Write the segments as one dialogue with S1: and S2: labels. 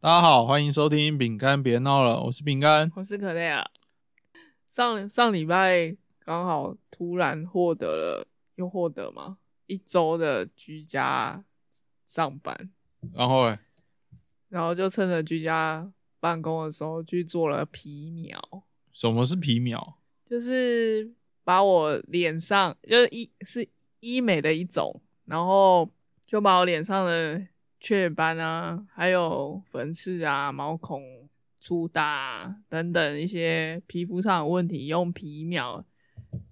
S1: 大家好，欢迎收听《饼干别闹了》，我是饼干。
S2: 我是可累啊。上上礼拜刚好突然获得了，又获得嘛一周的居家上班，
S1: 然后哎、
S2: 然后就趁着居家办公的时候去做了皮秒，
S1: 什么是皮秒？
S2: 就是把我脸上就是医是医美的一种，然后就把我脸上的雀斑啊，还有粉刺啊、毛孔粗大、啊、等等一些皮肤上的问题，用皮秒。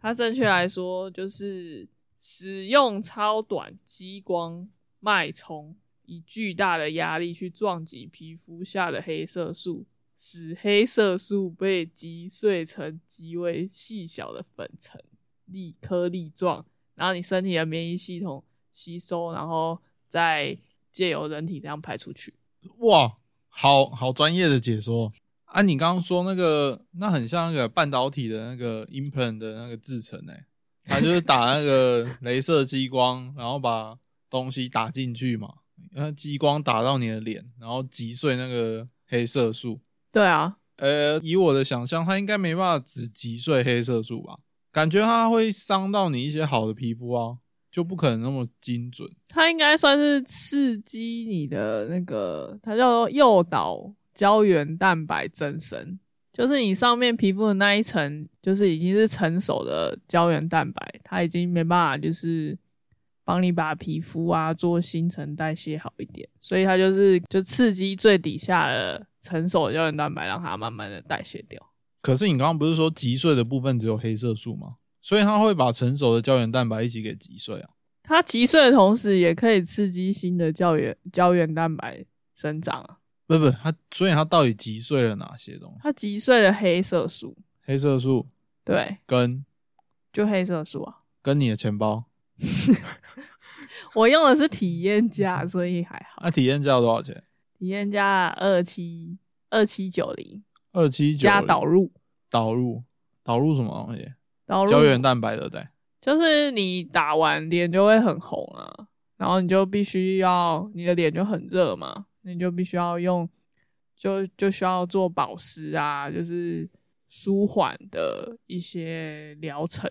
S2: 它正确来说就是使用超短激光脉冲，以巨大的压力去撞击皮肤下的黑色素，使黑色素被击碎成极为细小的粉尘粒颗粒状，然后你身体的免疫系统吸收，然后再借由人体这样排出去。
S1: 哇，好好专业的解说啊！你刚刚说那个，那很像那个半导体的那个 implant 的那个制成哎、它就是打那个镭射激光，然后把东西打进去嘛，那激光打到你的脸，然后击碎那个黑色素。
S2: 对啊，
S1: 呃，以我的想象，它应该没办法只击碎黑色素吧？感觉它会伤到你一些好的皮肤啊，就不可能那么精准。
S2: 它应该算是刺激你的那个，它叫做诱导胶原蛋白增生，就是你上面皮肤的那一层，就是已经是成熟的胶原蛋白，它已经没办法就是帮你把皮肤啊做新陈代谢好一点，所以它就是就刺激最底下的成熟的胶原蛋白，让它慢慢的代谢掉。
S1: 可是你刚刚不是说击碎的部分只有黑色素吗？所以它会把成熟的胶原蛋白一起给击碎啊。
S2: 它击碎的同时，也可以刺激新的胶原胶原蛋白生长啊。
S1: 不不，它所以它到底击碎了哪些东西？
S2: 它击碎了黑色素，
S1: 黑色素
S2: 对，
S1: 跟
S2: 就黑色素啊。
S1: 跟你的钱包，
S2: 我用的是体验
S1: 嗯
S2: 价，所以还好。
S1: 啊那、体验价有多少钱？
S2: 体验价二七二七九零
S1: 二七九
S2: 加导入，
S1: 导入导入什么东西？
S2: 导入
S1: 胶原蛋白对不对？
S2: 就是你打完脸就会很红啊，然后你就必须要你的脸就很热嘛，你就必须要用就就需要做保湿啊，就是舒缓的一些疗程。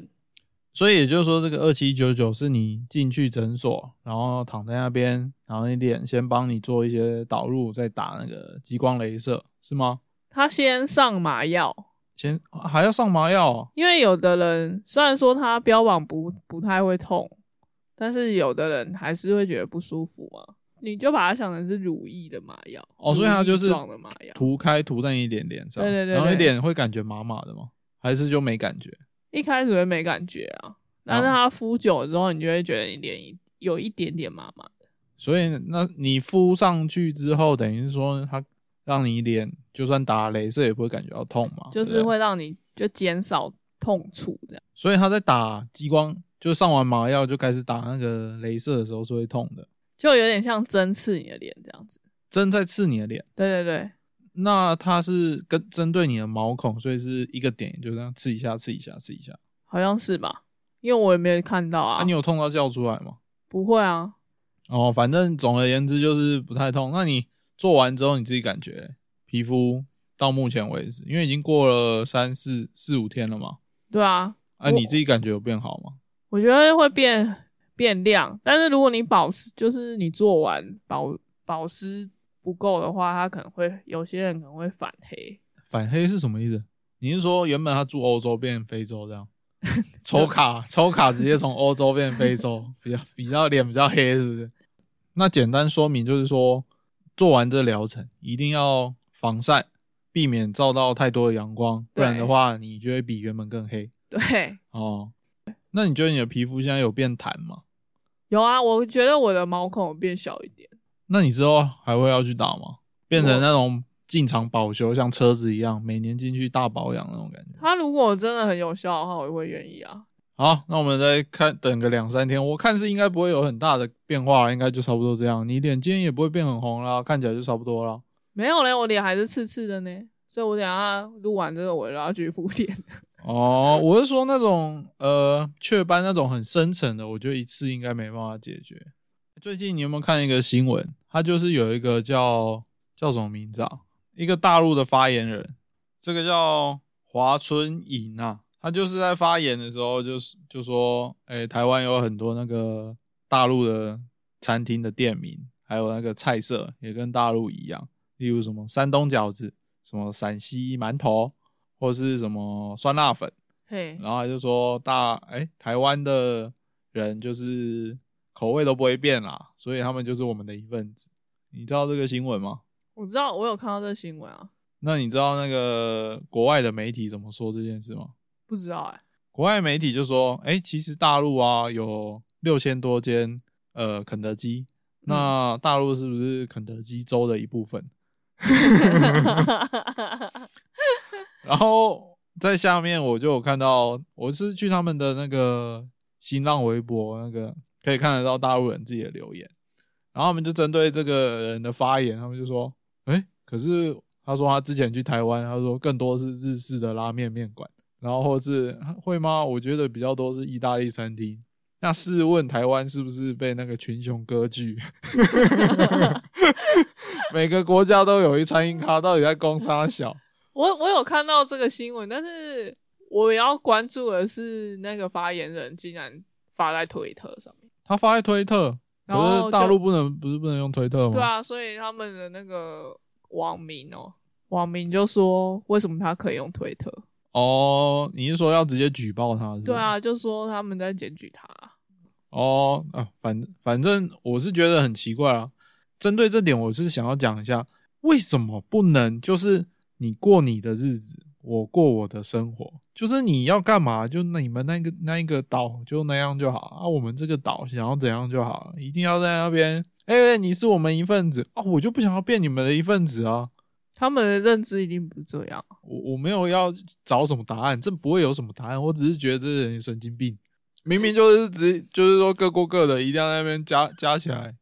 S1: 所以也就是说，这个二七九九是你进去诊所，然后躺在那边，然后你脸先帮你做一些导入，再打那个激光镭射，是吗？
S2: 他先上麻药，
S1: 先啊还要上麻药哦、
S2: 因为有的人虽然说他标榜不不太会痛，但是有的人还是会觉得不舒服嘛。你就把它想成是乳液的麻药
S1: 哦，所以它就是
S2: 乳液状的麻药，
S1: 涂开涂在你脸脸上，
S2: 啊对对对对
S1: 然后你脸会感觉麻麻的吗？还是就没感觉？
S2: 一开始会没感觉啊，但是它敷久了之后，你就会觉得你脸有一点点麻麻的。
S1: 所以那你敷上去之后，等于是说它让你脸就算打镭射也不会感觉到痛嘛，哦
S2: 就
S1: 对啊
S2: 是
S1: 不对。
S2: 会让你就减少痛楚这样。
S1: 所以他在打激光，就上完麻药就开始打那个镭射的时候是会痛的，
S2: 就有点像针刺你的脸这样子，
S1: 针在刺你的脸。
S2: 对对对，
S1: 那它是跟针对你的毛孔，所以是一个点，就这样刺一下，刺一下，刺一下。
S2: 好像是吧？因为我也没有看到
S1: 啊，
S2: 啊，
S1: 你有痛到叫出来吗？
S2: 不会啊，
S1: 哦，反正总而言之就是不太痛。那你做完之后你自己感觉嘞皮肤到目前为止，因为已经过了三四四五天了嘛，
S2: 对啊，
S1: 啊，
S2: 我
S1: 你自己感觉有变好吗？
S2: 我觉得会变变亮，但是如果你保湿，就是你做完保保湿不够的话，它可能会有些人可能会反黑，
S1: 反黑是什么意思？你是说原本他住欧洲变非洲这样？抽卡抽卡直接从欧洲变非洲，比较比较脸比较黑是不是？那简单说明就是说，做完这疗程一定要防晒，避免照到太多的阳光，不
S2: 对
S1: 然的话你就会比原本更黑
S2: 对，
S1: 哦。那你觉得你的皮肤现在有变弹吗？
S2: 有啊，我觉得我的毛孔有变小一点，
S1: 那你之后还会要去打吗？变成那种进场保修，像车子一样，每年进去大保养那种感觉？
S2: 它如果真的很有效的话，我也会愿意啊，
S1: 好，那我们再看，等个两三天，我看是应该不会有很大的变化，应该就差不多这样。你脸今天也不会变很红啦，看起来就差不多啦。
S2: 没有嘞，我脸还是刺刺的呢，所以我等一下录完这个我就要去敷脸，
S1: 哦，我是说那种呃雀斑那种很深层的，我觉得一次应该没办法解决。最近你有没有看一个新闻？它就是有一个叫叫什么名字啊？一个大陆的发言人，这个叫华春莹啊，他就是在发言的时候就是就说，哎、台湾有很多那个大陆的餐厅的店名，还有那个菜色也跟大陆一样，例如什么山东饺子、什么陕西馒头，或是什么酸辣粉。
S2: 嘿，
S1: 然后他就说大哎、台湾的人就是口味都不会变啦，所以他们就是我们的一份子。你知道这个新闻吗？
S2: 我知道，我有看到这新闻啊，
S1: 那你知道那个国外的媒体怎么说这件事吗？
S2: 不知道哎、
S1: 国外媒体就说，哎、其实大陆啊有六千多间呃肯德基，那大陆是不是肯德基州的一部分？然后在下面我就有看到，我是去他们的那个新浪微博那个可以看得到大陆人自己的留言，然后他们就针对这个人的发言，他们就说：“哎，可是他说他之前去台湾，他说更多是日式的拉面面馆，然后或是会吗？我觉得比较多是意大利餐厅。”那试问台湾是不是被那个群雄割据？ 每个国家都有一餐饮咖，到底在攻差小？
S2: 我我有看到这个新闻，但是我要关注的是那个发言人竟然发在推特上面，
S1: 他发在推特，
S2: 然
S1: 可
S2: 后
S1: 是大
S2: 就
S1: 陆不能不是不能用推特吗？
S2: 对啊，所以他们的那个网民哦，网民就说为什么他可以用推特？
S1: 嗯哦，你是说要直接举报他是不是？
S2: 对。啊，就说他们在检举他啊、
S1: 哦啊，反反正我是觉得很奇怪啊。针对这点，我是想要讲一下，为什么不能就是你过你的日子，我过我的生活，就是你要干嘛，就你们那个那一个岛就那样就好啊，我们这个岛想要怎样就好，一定要在那边，哎、你是我们一份子啊，我就不想要变你们的一份子啊。
S2: 他们的认知一定不是这样。
S1: 我我没有要找什么答案，这不会有什么答案，我只是觉得这人神经病，明明就是只就是说各过各的，一定要在那边加加起来，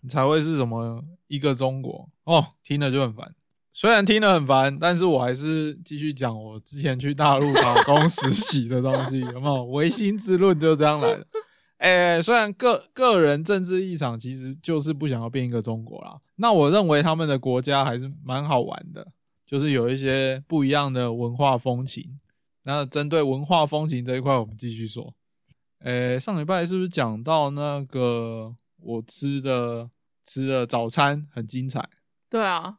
S1: 你才会是什么一个中国哦，听了就很烦。虽然听了很烦，但是我还是继续讲我之前去大陆打工实习的东西，有没有？唯心之论就这样来的。哎、虽然个个人政治立场其实就是不想要变一个中国啦，那我认为他们的国家还是蛮好玩的。就是有一些不一样的文化风情。那针对文化风情这一块，我们继续说。呃，上礼拜是不是讲到那个我吃的吃的早餐很精彩？
S2: 对啊，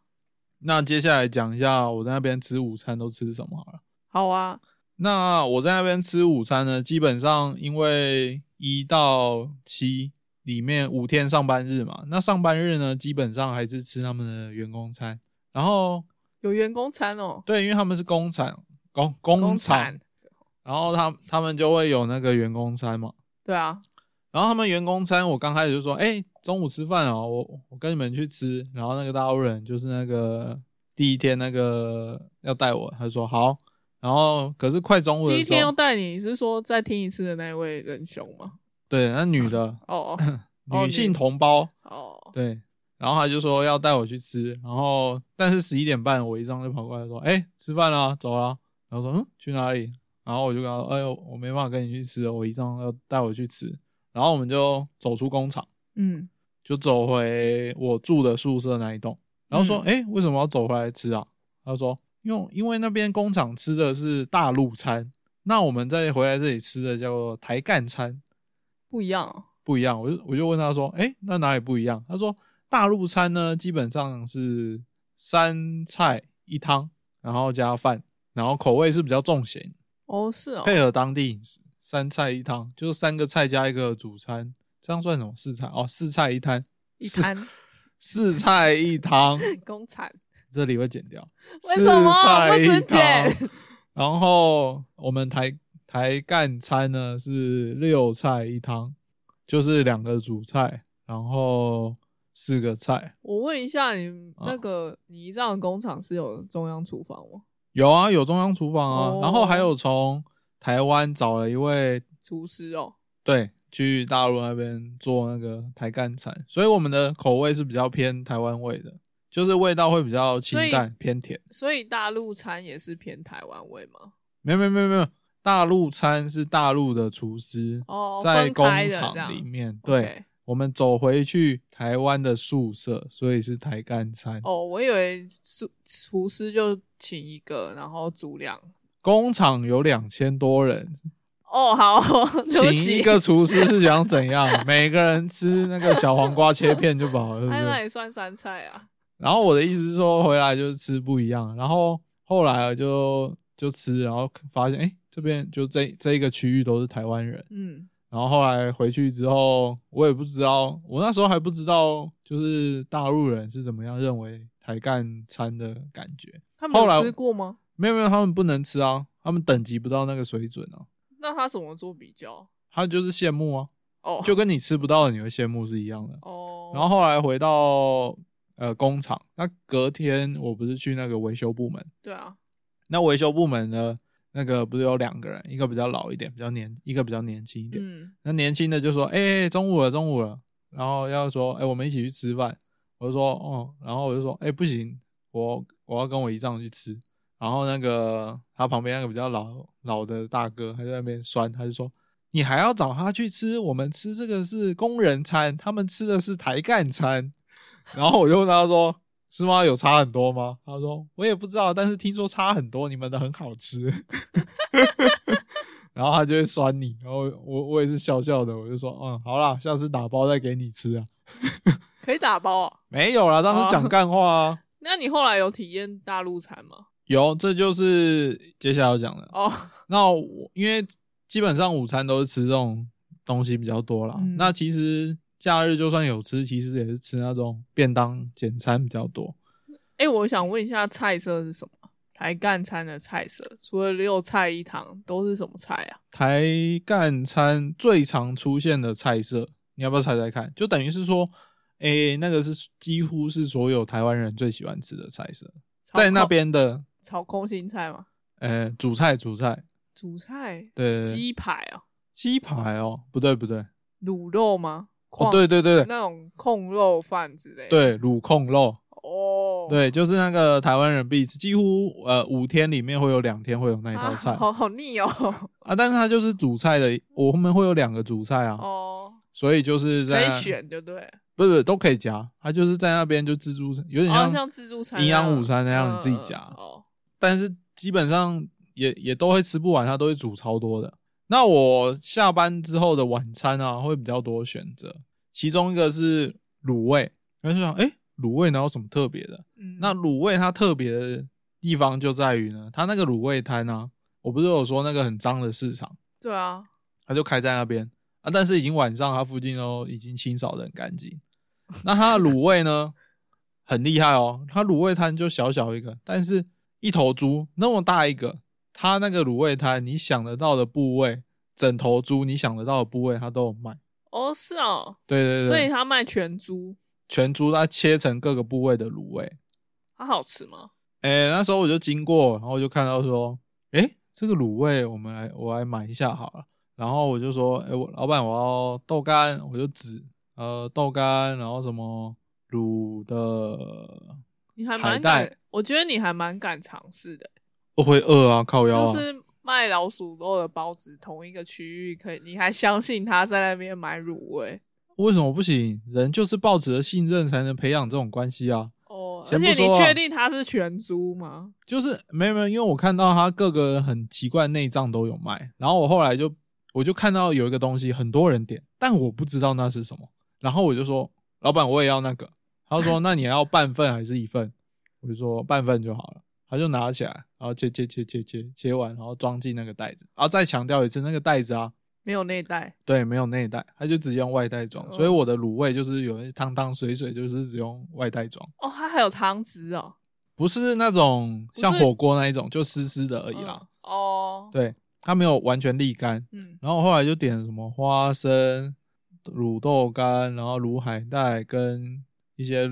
S1: 那接下来讲一下我在那边吃午餐都吃什么好了。
S2: 好啊，
S1: 那我在那边吃午餐呢，基本上因为一到七里面五天上班日嘛，那上班日呢，基本上还是吃他们的员工餐。然后
S2: 有员工餐哦，
S1: 对，因为他们是工厂工工
S2: 工
S1: 厂，
S2: 餐，
S1: 然后他他们就会有那个员工餐嘛。
S2: 对啊，
S1: 然后他们员工餐，我刚开始就说，哎、中午吃饭哦，我我跟你们去吃。然后那个大陆人就是那个第一天那个要带我，他说好。然后可是快中午
S2: 第
S1: 的
S2: 一
S1: 时
S2: 天要
S1: 候，
S2: 带你是说再听一次的那位仁兄吗？
S1: 对，那女的
S2: 哦哦
S1: 女性
S2: 女
S1: 同胞，
S2: 哦，
S1: 对。然后他就说要带我去吃，然后但是十一点半我一上就跑过来说，哎、吃饭啦、走啦、然后说嗯去哪里？然后我就跟他说，哎呦我没办法跟你去吃，我一上要带我去吃。然后我们就走出工厂，
S2: 嗯，
S1: 就走回我住的宿舍那一栋，然后说，哎、为什么要走回来吃啊？他说，因为因为那边工厂吃的是大陆餐，那我们再回来这里吃的叫做台干餐。
S2: 不一样哦，
S1: 不一样。我就我就问他说，哎、那哪里不一样？他说大陆餐呢，基本上是三菜一汤，然后加饭，然后口味是比较重咸，
S2: 哦是哦，
S1: 配合当地饮食，三菜一汤就是三个菜加一个主餐，这样算什么？四菜哦，四菜一汤，
S2: 一餐
S1: 四菜一汤，
S2: 工餐，
S1: 这里会剪掉，
S2: 为什么
S1: 四菜一
S2: 不准
S1: 汤。然后我们台台干餐呢是六菜一汤，就是两个主菜，然后四个菜。
S2: 我问一下你
S1: 啊
S2: 那个你一上的工厂是有中央厨房吗？
S1: 有啊，有中央厨房啊，
S2: 哦
S1: 然后还有从台湾找了一位
S2: 厨师哦，
S1: 对去大陆那边做那个台干餐，所以我们的口味是比较偏台湾味的，就是味道会比较清
S2: 所以
S1: 淡偏甜。
S2: 所以大陆餐也是偏台湾味吗？
S1: 没有没有没有没有，大陆餐是大陆的厨师
S2: 哦，
S1: 在
S2: 分
S1: 工
S2: 开的这
S1: 厂
S2: 样
S1: 里面，
S2: OK
S1: 对，我们走回去台湾的宿舍，所以是台干餐。
S2: 哦，我以为厨厨师就请一个，然后煮两。
S1: 工厂有两千多人，
S2: 哦，好， 对不
S1: 请
S2: 起
S1: 一个厨师是想怎样？每个人吃那个小黄瓜切片就饱了，是不
S2: 哎，
S1: 是
S2: 那？也算三菜啊？
S1: 然后我的意思是说，回来就是吃不一样。然后后来我就就吃，然后发现哎、诶这边就这这一个区域都是台湾人。
S2: 嗯，
S1: 然后后来回去之后，我也不知道，我那时候还不知道，就是大陆人是怎么样认为台干餐的感觉。
S2: 他们
S1: 后来
S2: 有吃过吗？
S1: 没有没有，他们不能吃啊，他们等级不到那个水准啊，
S2: 那他怎么做比较？
S1: 他就是羡慕啊，
S2: 哦，
S1: 就跟你吃不到的你会羡慕是一样的。
S2: 哦，
S1: 然后后来回到呃工厂，那隔天我不是去那个维修部门，
S2: 对啊，
S1: 那维修部门呢，那个不是有两个人，一个比较老一点，比较年，一个比较年轻一点。
S2: 嗯，
S1: 那年轻的就说：“哎、中午了，中午了。”然后要说：“哎、我们一起去吃饭。”我就说：“哦。”然后我就说：“哎、不行，我我要跟我姨丈去吃。”然后那个他旁边那个比较老老的大哥，他就在那边酸，他就说：“你还要找他去吃？我们吃这个是工人餐，他们吃的是台干餐。”然后我就问他说：“是吗？有差很多吗？”他说：“我也不知道，但是听说差很多，你们的很好吃。”然后他就会酸你，然后我我也是笑笑的，我就说：“嗯，好啦，下次打包再给你吃啊。
S2: 可以打包啊。”
S1: 没有啦，当时讲干话啊。
S2: 那你后来有体验大陆餐吗？
S1: 有，这就是接下来要讲的。
S2: 哦，
S1: 那我因为基本上午餐都是吃这种东西比较多啦。
S2: 嗯
S1: 那其实假日就算有吃，其实也是吃那种便当简餐比较多。
S2: 哎、我想问一下菜色是什么？台干餐的菜色，除了六菜一汤，都是什么菜啊？
S1: 台干餐最常出现的菜色，你要不要猜猜看？就等于是说，诶、那个是几乎是所有台湾人最喜欢吃的菜色，
S2: 炒
S1: 在那
S2: 空
S1: 边的
S2: 炒空心菜吗？
S1: 呃，主菜主菜，
S2: 主菜
S1: 对，
S2: 鸡排啊，
S1: 鸡排哦，不对不对，
S2: 卤肉吗？
S1: 哦
S2: 矿
S1: 对对对对
S2: 那种控肉饭之类的。
S1: 对，卤控肉，
S2: 哦，
S1: 对，就是那个台湾人必吃，几乎呃五天里面会有两天会有那一
S2: 啊，
S1: 道菜啊
S2: 好好腻哦。
S1: 但是它就是主菜的，我们会有两个主菜啊，
S2: 哦，
S1: 所以就是
S2: 可
S1: 在
S2: 以，选就对了，
S1: 不是不是都可以夹，它就是在那边就自助，有点
S2: 哦，
S1: 像，
S2: 像自助餐
S1: 营
S2: 那
S1: 养
S2: 样
S1: 午餐那样你自己
S2: 嗯
S1: 夹
S2: 嗯哦，
S1: 但是基本上也也都会吃不完，它都会煮超多的。那我下班之后的晚餐啊，会比较多选择，其中一个是卤味，然后就想，哎、卤味哪有什么特别的？
S2: 嗯，
S1: 那卤味它特别的地方就在于呢，它那个卤味摊啊，我不是有说那个很脏的市场，
S2: 对啊，
S1: 它就开在那边啊，但是已经晚上，它附近都已经清扫的很干净。那它的卤味呢，很厉害哦，它卤味摊就小小一个，但是一头猪那么大一个，它那个卤味摊你想得到的部位，整头猪你想得到的部位它都有卖。
S2: 哦是哦，
S1: 对对对，
S2: 所以他卖全猪，
S1: 全猪它切成各个部位的卤味，
S2: 它好吃吗？
S1: 诶、那时候我就经过，然后我就看到说，诶、这个卤味我们来我来买一下好了。然后我就说，诶、我老板我要豆干，我就指呃豆干，然后什么卤的，
S2: 你还
S1: 海
S2: 蛮
S1: 带
S2: 敢，我觉得你还蛮敢尝试的，
S1: 我会饿啊，靠腰啊，
S2: 就是卖老鼠肉的包子，同一个区域可以，你还相信他在那边买卤味
S1: 为什么不行？人就是抱持着信任才能培养这种关系啊。
S2: 哦？而
S1: 先
S2: 且
S1: 不说啊
S2: 你确定他是全猪吗？
S1: 就是没有没有，因为我看到它各个很奇怪的内脏都有卖，然后我后来就我就看到有一个东西很多人点，但我不知道那是什么，然后我就说老板我也要那 个，他说那你要半份还是一份？我就说半份就好了，他就拿起来，然后切切切切切切完，然后装进那个袋子，然后再强调一次那个袋子啊，
S2: 没有内带，
S1: 对，没有内袋，他就直接用外袋装，
S2: 哦
S1: 所以我的卤味就是有那汤汤水水，就是只用外袋装。
S2: 哦，它还有汤汁哦，
S1: 不是那种
S2: 不是
S1: 像火锅那一种，就湿湿的而已啦。
S2: 嗯哦，
S1: 对，它没有完全沥干。
S2: 嗯，
S1: 然后后来就点什么花生、卤豆干，然后卤海带跟一些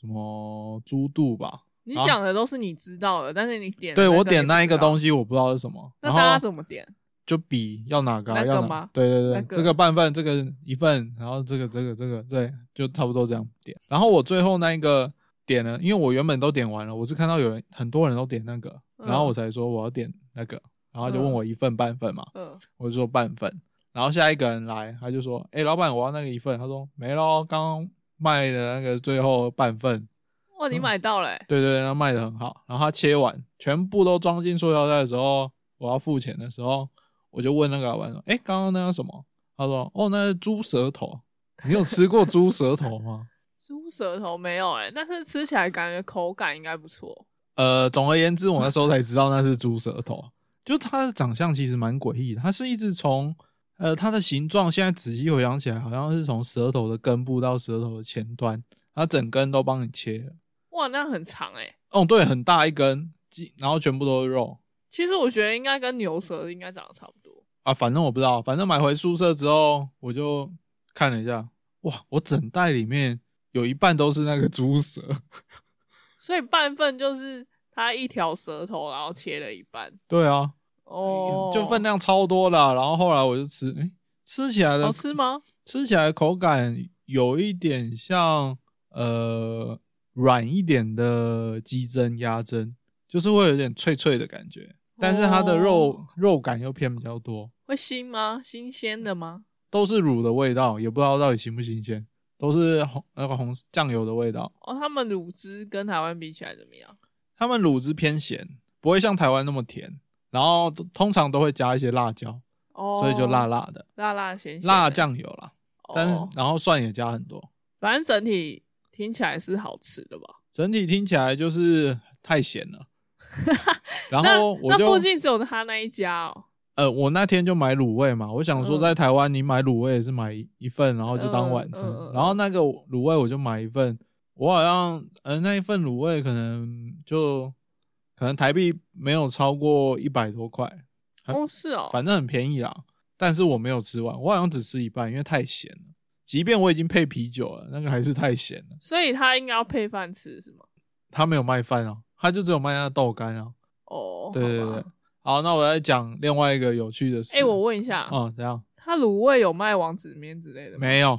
S1: 什么猪肚吧。
S2: 你
S1: 好
S2: 讲的都是你知道的，但是你点
S1: 对我点那
S2: 那
S1: 一个东
S2: 西，
S1: 西，我不知道是什么。
S2: 那
S1: 然
S2: 大家
S1: 后
S2: 怎么点？
S1: 就比要哪个啊、
S2: 那个
S1: 要哪
S2: 吗
S1: 对对对，
S2: 那个
S1: 这个半份，这个一份，然后这个这个这个，对，就差不多这样点。然后我最后那一个点了，因为我原本都点完了，我是看到有人很多人都点那个，
S2: 嗯
S1: 然后我才说我要点那个，然后就问我一份半份嘛。
S2: 嗯，
S1: 我就说半份。然后下一个人来，他就说：“哎、老板，我要那个一份。”他说：“没咯，刚卖的那个最后半份。
S2: 哇，你买到了、欸”
S1: 对对对，他卖的很好。然后他切完，全部都装进塑料袋的时候，我要付钱的时候，我就问那个老板说：“哎、刚刚那个什么？”他说：“哦，那是猪舌头。你有吃过猪舌头吗
S2: 猪舌头没有哎、欸，但是吃起来感觉口感应该不错。？”
S1: 呃，总而言之，我那时候才知道那是猪舌头。就它的长相其实蛮诡异的，它是一直从呃它的形状，现在仔细回想起来，好像是从舌头的根部到舌头的前端，它整根都帮你切了。
S2: 哇，那很长哎、
S1: 哦，对，很大一根，几然后全部都是肉
S2: 其实我觉得应该跟牛舌应该长得差不多。
S1: 啊。反正我不知道，反正买回宿舍之后，我就看了一下，哇，我整袋里面有一半都是那个猪舌，
S2: 所以半份就是它一条舌头，然后切了一半。
S1: 对啊，
S2: 哦，
S1: 就分量超多啦。然后后来我就吃，诶、吃起来的
S2: 好吃吗？
S1: 吃起来口感有一点像呃软一点的鸡胗、鸭胗，就是会有点脆脆的感觉，但是它的肉、
S2: 哦
S1: 肉感又偏比较多，
S2: 会腥吗？新鲜的吗？
S1: 都是卤的味道，也不知道到底新不新鲜，都是红那个红酱油的味道。
S2: 哦，他们卤汁跟台湾比起来怎么样？
S1: 他们卤汁偏咸，不会像台湾那么甜，然后都通常都会加一些辣椒，
S2: 哦，
S1: 所以就辣辣的、
S2: 辣辣咸咸
S1: 辣
S2: 的，
S1: 酱油啦，
S2: 哦
S1: 但是然后蒜也加很多，
S2: 反正整体听起来是好吃的吧？
S1: 整体听起来就是太咸 了。然后我
S2: 那那附
S1: 就
S2: 近只有他那一家哦。
S1: 呃，我那天就买卤味嘛，我想说
S2: 嗯
S1: 在台湾你买卤味也是买一份，然后就当
S2: 嗯
S1: 晚餐
S2: 嗯嗯。嗯
S1: 然后那个卤味我就买一份，我好像呃那一份卤味可能就可能台币没有超过一百多块，还
S2: 哦，是哦，
S1: 反正很便宜啦。但是我没有吃完，我好像只吃一半，因为太咸了。即便我已经配啤酒了，那个还是太咸了。
S2: 所以他应该要配饭吃是吗？
S1: 他没有卖饭啊，他就只有卖那豆干啊。
S2: 哦，
S1: 对对
S2: 好吧
S1: 对。好，那我来讲另外一个有趣的事。
S2: 哎、我问一下，
S1: 嗯，怎样？
S2: 他卤味有卖王子面之类的吗？
S1: 没有，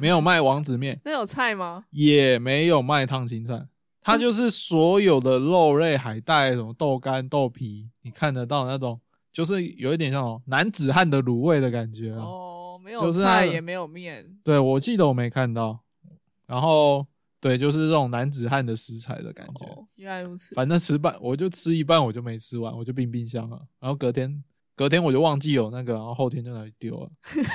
S1: 没有卖王子面，
S2: 那有菜吗？
S1: 也没有卖烫青菜，它就是所有的肉类、海带、什么豆干、豆皮，你看得到那种，就是有一点像那种男子汉的卤味的感觉啊。
S2: 哦，没有
S1: 就是那
S2: 菜
S1: 个
S2: 也没有面，
S1: 对，我记得我没看到。然后，对，就是这种男子汉的食材的感觉。
S2: 哦，原来如此。
S1: 反正吃半，我就吃一半，我就没吃完，我就冰冰箱了。然后隔天，隔天我就忘记有那个，然后后天就拿去丢了。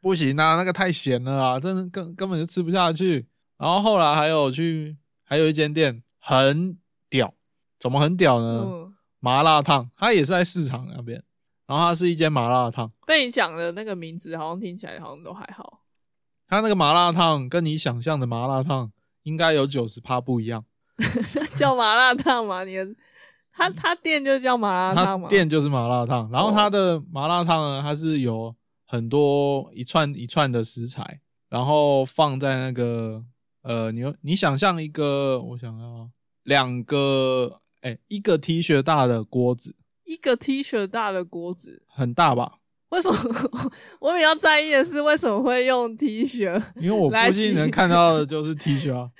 S1: 不行啊，那个太咸了啊，真的根根本就吃不下去。然后后来还有去，还有一间店很屌，怎么很屌呢？
S2: 嗯，
S1: 麻辣烫，它也是在市场那边，然后它是一间麻辣烫，
S2: 被你讲的那个名字好像听起来好像都还好。
S1: 它那个麻辣烫跟你想象的麻辣烫应该有九十趴不一样，
S2: 叫麻辣烫吗？你的他他店就叫麻辣
S1: 它
S2: 烫吗？
S1: 嗯店就是麻辣烫，然后它的麻辣烫呢，它是有很多一串一串的食材，然后放在那个呃，你有你想象一个，我想要两个，哎、一个 T 恤大的锅子，
S2: 一个 T 恤大的锅子，
S1: 很大吧？
S2: 为什么？ 我比较在意的是为什么会用 T 恤？
S1: 因为我
S2: 来
S1: 附近
S2: 洗
S1: 能看到的就是 T 恤啊，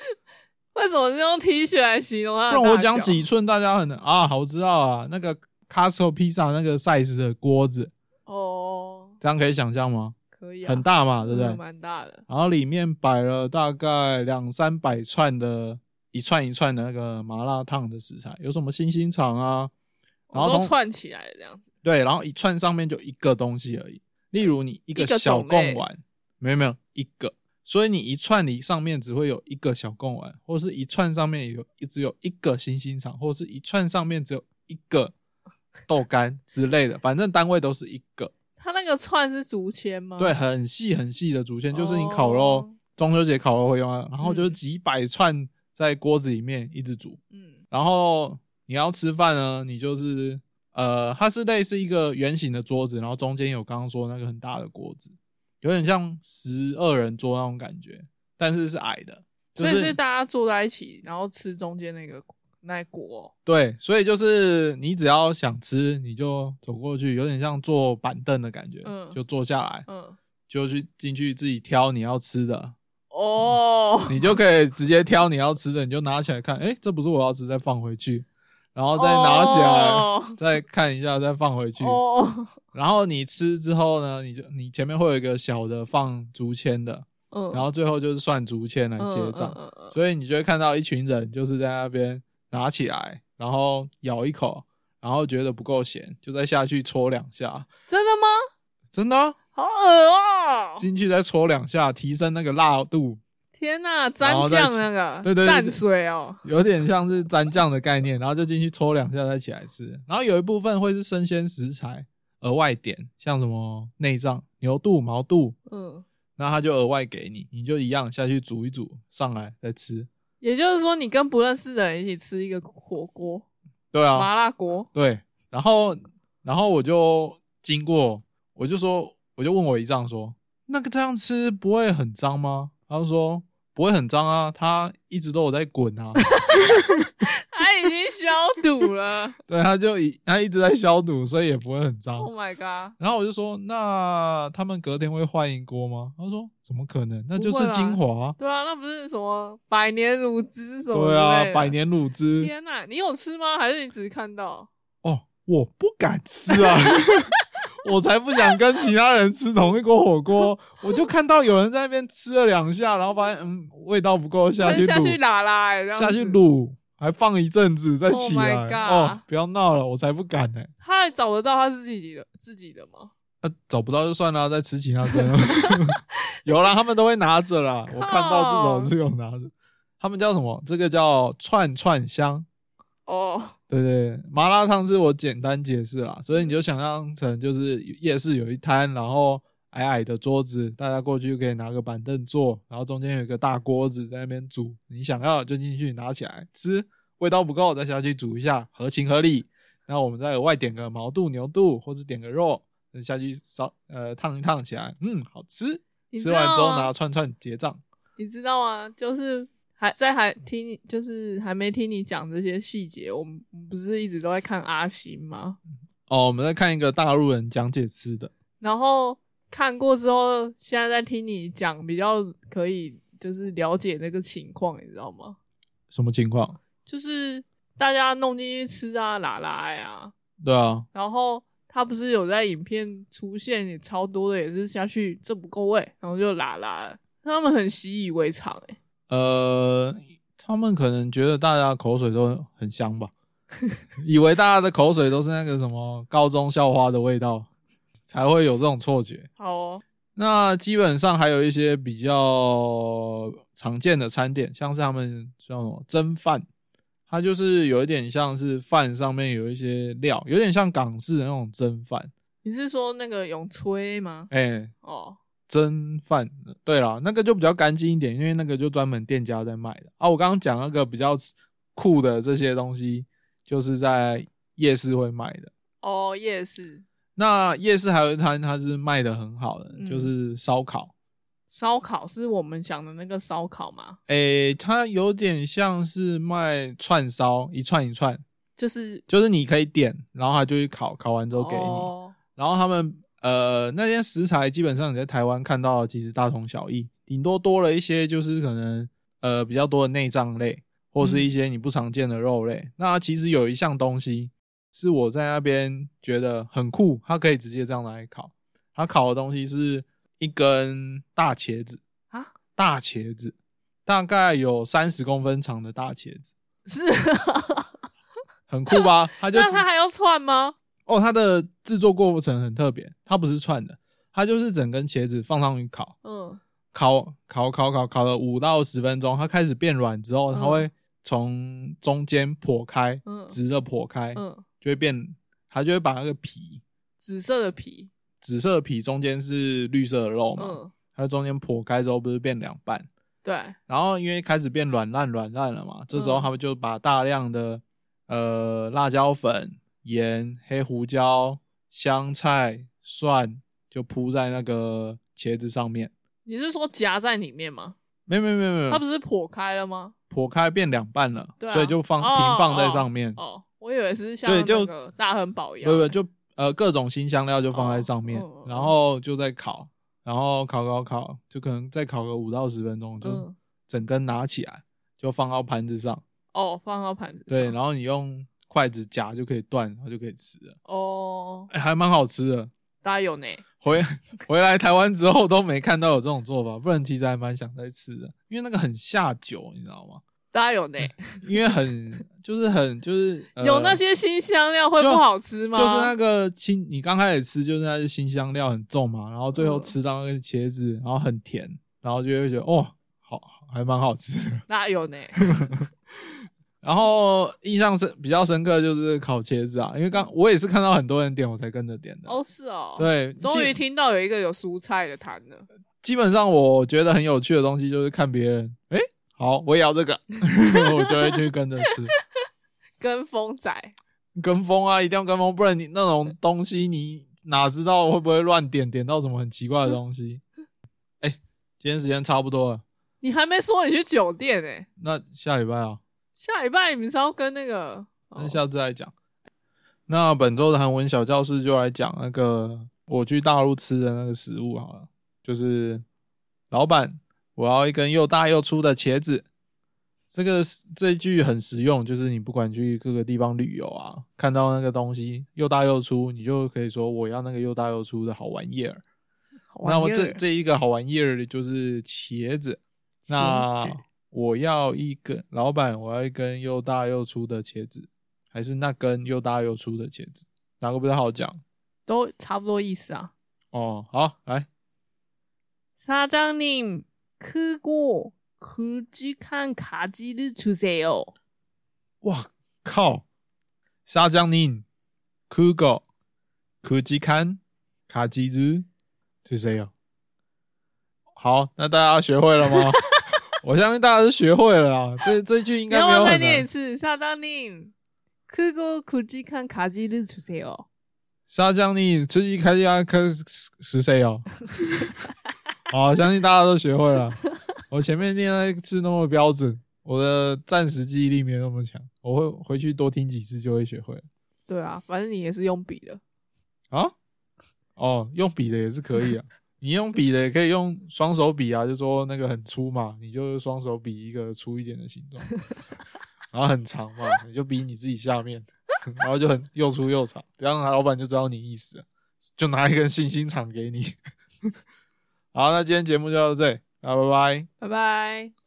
S2: 为什么是用 T 恤来形容它
S1: 不
S2: 的
S1: 然我
S2: 大
S1: 讲
S2: 小
S1: 几寸大家很能啊，好我知道啊，那个 Costco pizza 那个 size 的锅子，
S2: 哦，
S1: 这样可以想象吗？
S2: 可以啊，
S1: 很，大嘛，对不对？
S2: 蛮大的。
S1: 然后里面摆了大概两三百串的，一串一串的那个麻辣烫的食材，有什么星星肠啊，然后
S2: 我都
S1: 通
S2: 串起来这样子。
S1: 对，然后一串上面就一个东西而已。例如你一
S2: 一
S1: 个
S2: 个
S1: 小
S2: 种类
S1: 贡丸，没有没有一个，所以你一串里上面只会有一个小贡丸，或是一串上面有只有一个星星肠，或是一串上面只有一个豆干之类的，反正单位都是一个。
S2: 它那个串是竹签吗？
S1: 对，，很细很细的竹签，就是你烤肉、
S2: 嗯哦
S1: 中秋节烤肉会用啊，然后就是
S2: 嗯
S1: 几百串在锅子里面一直煮，
S2: 嗯，
S1: 然后你要吃饭呢，你就是呃，它是类似一个圆形的桌子，然后中间有刚刚说那个很大的锅子，有点像十二人桌那种感觉，但是是矮的，就
S2: 所以是大家坐在一起，然后吃中间那个那一锅哦。
S1: 对，所以就是你只要想吃，你就走过去，有点像坐板凳的感觉，
S2: 嗯
S1: 就坐下来，
S2: 嗯，
S1: 就去进去自己挑你要吃的，
S2: 哦，
S1: 你就可以直接 挑你要吃的，你就拿起来看，哎、这不是我要吃，再放回去，然后
S2: 哦
S1: 再拿起来，
S2: 来，
S1: 再看一下，再放回去。
S2: 哦，
S1: 然后你吃之后呢，你就你前面会有一个小的放竹签的，
S2: 嗯，
S1: 然后最后就是算竹签来
S2: 嗯
S1: 结账。
S2: 嗯嗯嗯
S1: 所以你就会看到一群人就是在那边拿起来，然后咬一口，然后觉得不够咸，就再下去戳两下。
S2: 真的吗？
S1: 真的啊、
S2: 好恶哦！
S1: 进去再戳两下，提升那个辣度，
S2: 天呐，
S1: 然后
S2: 蘸
S1: 再
S2: 酱
S1: 吃
S2: 那个，
S1: 对对对对
S2: 蘸水哦，
S1: 有点像是蘸酱的概念，然后就进去戳两下再起来吃。然后有一部分会是生鲜食材额外点，像什么内脏、牛肚、毛肚，
S2: 嗯，
S1: 那他就额外给你，你就一样下去煮一煮，上来再吃。
S2: 也就是说你跟不认识的人一起吃一个火锅，
S1: 对啊，
S2: 麻辣锅，
S1: 对，然后然后我就经过，我就说，我就问我姨丈说，那个这样吃不会很脏吗？他就说不会很脏啊，他一直都有在滚啊，
S2: 他已经消 毒了
S1: 对，他就一他一直在消毒，所以也不会很脏。
S2: ，Oh my god！
S1: 然后我就说，那他们隔天会换一锅吗？他说怎么可能，那就
S2: 不
S1: 是
S2: 会啦
S1: 精华啊，
S2: 对啊，那不是什么百年乳汁什么
S1: 对
S2: 之类
S1: 啊，
S2: 的
S1: 百。年乳汁
S2: 天呐，你有吃吗？还是你只是看到？
S1: 哦，我不敢吃啊。 我才不想跟其他人吃同一锅火锅，我就看到有人在那边吃了两下，然后发现嗯味道不够，下
S2: 还
S1: 去
S2: 是下
S1: 卤，
S2: 去拉拉、欸，这样
S1: 下去
S2: 子。
S1: 卤，还放一阵子再起
S2: Oh
S1: 来。
S2: my
S1: 哦
S2: god，
S1: 不要闹了，我才不敢呢、
S2: 他还找得到他自己的自己的吗？
S1: 呃，找不到就算了，再吃其他根。 有啦，他们都会拿着啦，我看到至少是有拿着。他们叫什么？这个叫串串香。
S2: 哦，
S1: 对对，麻辣烫是我简单解释啦，所以你就想象成就是夜市有一摊，然后矮矮的桌子，大家过去就可以拿个板凳坐，然后中间有一个大锅子在那边煮，你想要就进去拿起来吃，味道不够再下去煮一下，合情合理。那我们再额外点个毛肚、牛肚，或者点个肉，再下去烧呃烫一烫起来，嗯，好吃。
S2: 你
S1: 吃
S2: 知道
S1: 完之后
S2: 吗
S1: 拿串串结账。
S2: 你知道吗？就是还在还听你，就是还没听你讲这些细节。我们不是一直都在看阿星吗？
S1: 哦，我们再看一个大陆人讲解吃的，
S2: 然后看过之后，现在在听你讲，比较可以就是了解那个情况，你知道吗？
S1: 什么情况？
S2: 就是大家弄进去吃啊，拉拉呀，
S1: 对啊，
S2: 然后他不是有在影片出现，也超多的，也是下去这不够味，然后就拉拉了。他们很习以为常、欸，
S1: 呃，他们可能觉得大家口水都很香吧，以为大家的口水都是那个什么高中校花的味道，才会有这种错觉。
S2: 好哦，
S1: 那基本上还有一些比较常见的餐点，像是他们叫什么蒸饭，它就是有一点像是饭上面有一些料，有点像港式的那种蒸饭。
S2: 你是说那个永吹吗？
S1: 哎、
S2: 哦，
S1: 蒸饭，对啦，那个就比较干净一点，因为那个就专门店家在卖的啊。我刚刚讲那个比较酷的这些东西，就是在夜市会卖的。
S2: 哦，夜市
S1: 那夜市还有一摊，它是卖的很好的，
S2: 嗯
S1: 就是烧烤。
S2: 烧烤是我们想的那个烧烤吗？
S1: 诶、它有点像是卖串烧，一串一串，
S2: 就是
S1: 就是你可以点，然后它就去烤，烤完之后给你。
S2: 哦
S1: 然后他们呃那些食材基本上你在台湾看到的其实大同小异，顶多多了一些就是可能呃比较多的内脏类，或是一些你不常见的肉类。那其实有一项东西是我在那边觉得很酷，它可以直接这样拿来烤。它烤的东西是一根大茄子
S2: 啊，
S1: 大茄子大概有三十公分长的大茄子，
S2: 是，啊
S1: 很酷吧？它就
S2: 那
S1: 直
S2: 它还要串吗？
S1: 哦，它的制作过程很特别，它不是串的，它就是整根茄子放上去烤，
S2: 嗯，
S1: 烤烤烤烤烤了五到十分钟，它开始变软之后，
S2: 嗯
S1: 它会从中间剖开，
S2: 嗯
S1: 直的剖开，
S2: 嗯，
S1: 就会变，它就会把那个皮，
S2: 紫色的皮，
S1: 紫色的皮中间是绿色的肉嘛，
S2: 嗯，
S1: 它中间剖开之后不是变两半，
S2: 对，
S1: 然后因为开始变软烂软烂了嘛，这时候
S2: 嗯
S1: 他们就把大量的呃辣椒粉、盐、黑胡椒、香菜、蒜就铺在那个茄子上面。
S2: 你是说夹在里面吗？
S1: 没有没有没有没有，
S2: 它不是剖开了吗？
S1: 剖开变两半了，
S2: 对啊
S1: 所以就放
S2: 哦
S1: 平放在上面。
S2: 哦，我以为是像
S1: 对就
S2: 那个大亨堡一样，
S1: 不不，就呃各种新香料就放在上面，
S2: 哦嗯嗯嗯
S1: 然后就在烤，然后烤烤烤，就可能再烤个五到十分钟，就
S2: 嗯，
S1: 整根拿起来就放到盘子上。
S2: 哦，放到盘子上，
S1: 对，然后你用筷子夹就可以断，然后就可以吃了，
S2: 哦，
S1: 哎、还蛮好吃的。
S2: 大家有呢，
S1: 回 回来台湾之后都没看到有这种做法，不然其实还蛮想再吃的，因为那个很下酒，你知道吗？
S2: 大家有呢，
S1: 因为很就是很就是、 呃、
S2: 有那些新香料会
S1: 就
S2: 不好吃吗？
S1: 就是那个青，你刚开始吃就是那些新香料很重嘛，然后最
S2: 嗯
S1: 后吃到那个茄子，然后很甜，然后就会觉得哦，好还蛮好吃的。
S2: 大家 有呢，
S1: 然后印象深比较深刻就是烤茄子啊，因为刚我也是看到很多人点我才跟着点的。
S2: 哦是哦，，
S1: 对，
S2: 终于
S1: 基
S2: 听到有一个有蔬菜的摊了，
S1: 基本上我觉得很有趣的东西就是看别人，诶、好，我也要这个，我就会去跟着吃。
S2: 跟风仔
S1: 跟风啊，一定要跟风，不然你那种东西你哪知道会不会乱点点到什么很奇怪的东西？哎、今天时间差不多了，
S2: 你还没说你去酒店呢、
S1: 那下礼拜啊，
S2: 下礼拜你们是要跟那个？哦
S1: 那下次再讲。那本周的韩文小教室就来讲那个我去大陆吃的那个食物好了，就是老板，我要一根又大又粗的茄子。这个这一句很实用，就是你不管去各个地方旅游啊，看到那个东西又大又粗，你就可以说我要那个又大又粗的好玩意儿。
S2: 好
S1: 那
S2: 玩
S1: 我
S2: 耶
S1: 这这一个好玩意儿的就是茄子，那我要一根，老板，我要一根又大又粗的茄子，还是那根又大又粗的茄子？哪个比较好讲？
S2: 都差不多意思啊。
S1: 哦，好，来，
S2: 사장님크고굵직한가지를주세요。
S1: 哇靠！沙江宁、酷狗、酷吉看、卡吉日是谁呀？好，那大家学会了吗？ 我相信大家是学会了啦。这这一句应
S2: 你
S1: 该
S2: 要
S1: 没
S2: 不
S1: 有
S2: 要再
S1: 很
S2: 念一
S1: 难。
S2: 次？사장님크고굵직한가지를주세요。
S1: 沙江宁、吃鸡啊开家科是是谁哦？好，相信大家都学会了。我前面念了一次那么标准，我的暂时记忆力没有那么强，我会回去多听几次就会学会了。
S2: 对啊，反正你也是用笔的。
S1: 啊？哦，用笔的也是可以啊。你用笔的也可以用双手比啊，就说那个很粗嘛，你就双手比一个粗一点的形状，然后很长嘛，你就比你自己下面，然后就很又粗又长，这样老板就知道你意思了，就拿一根信 啊心肠给你。好，那今天节目就到这里，那拜拜。
S2: 拜拜。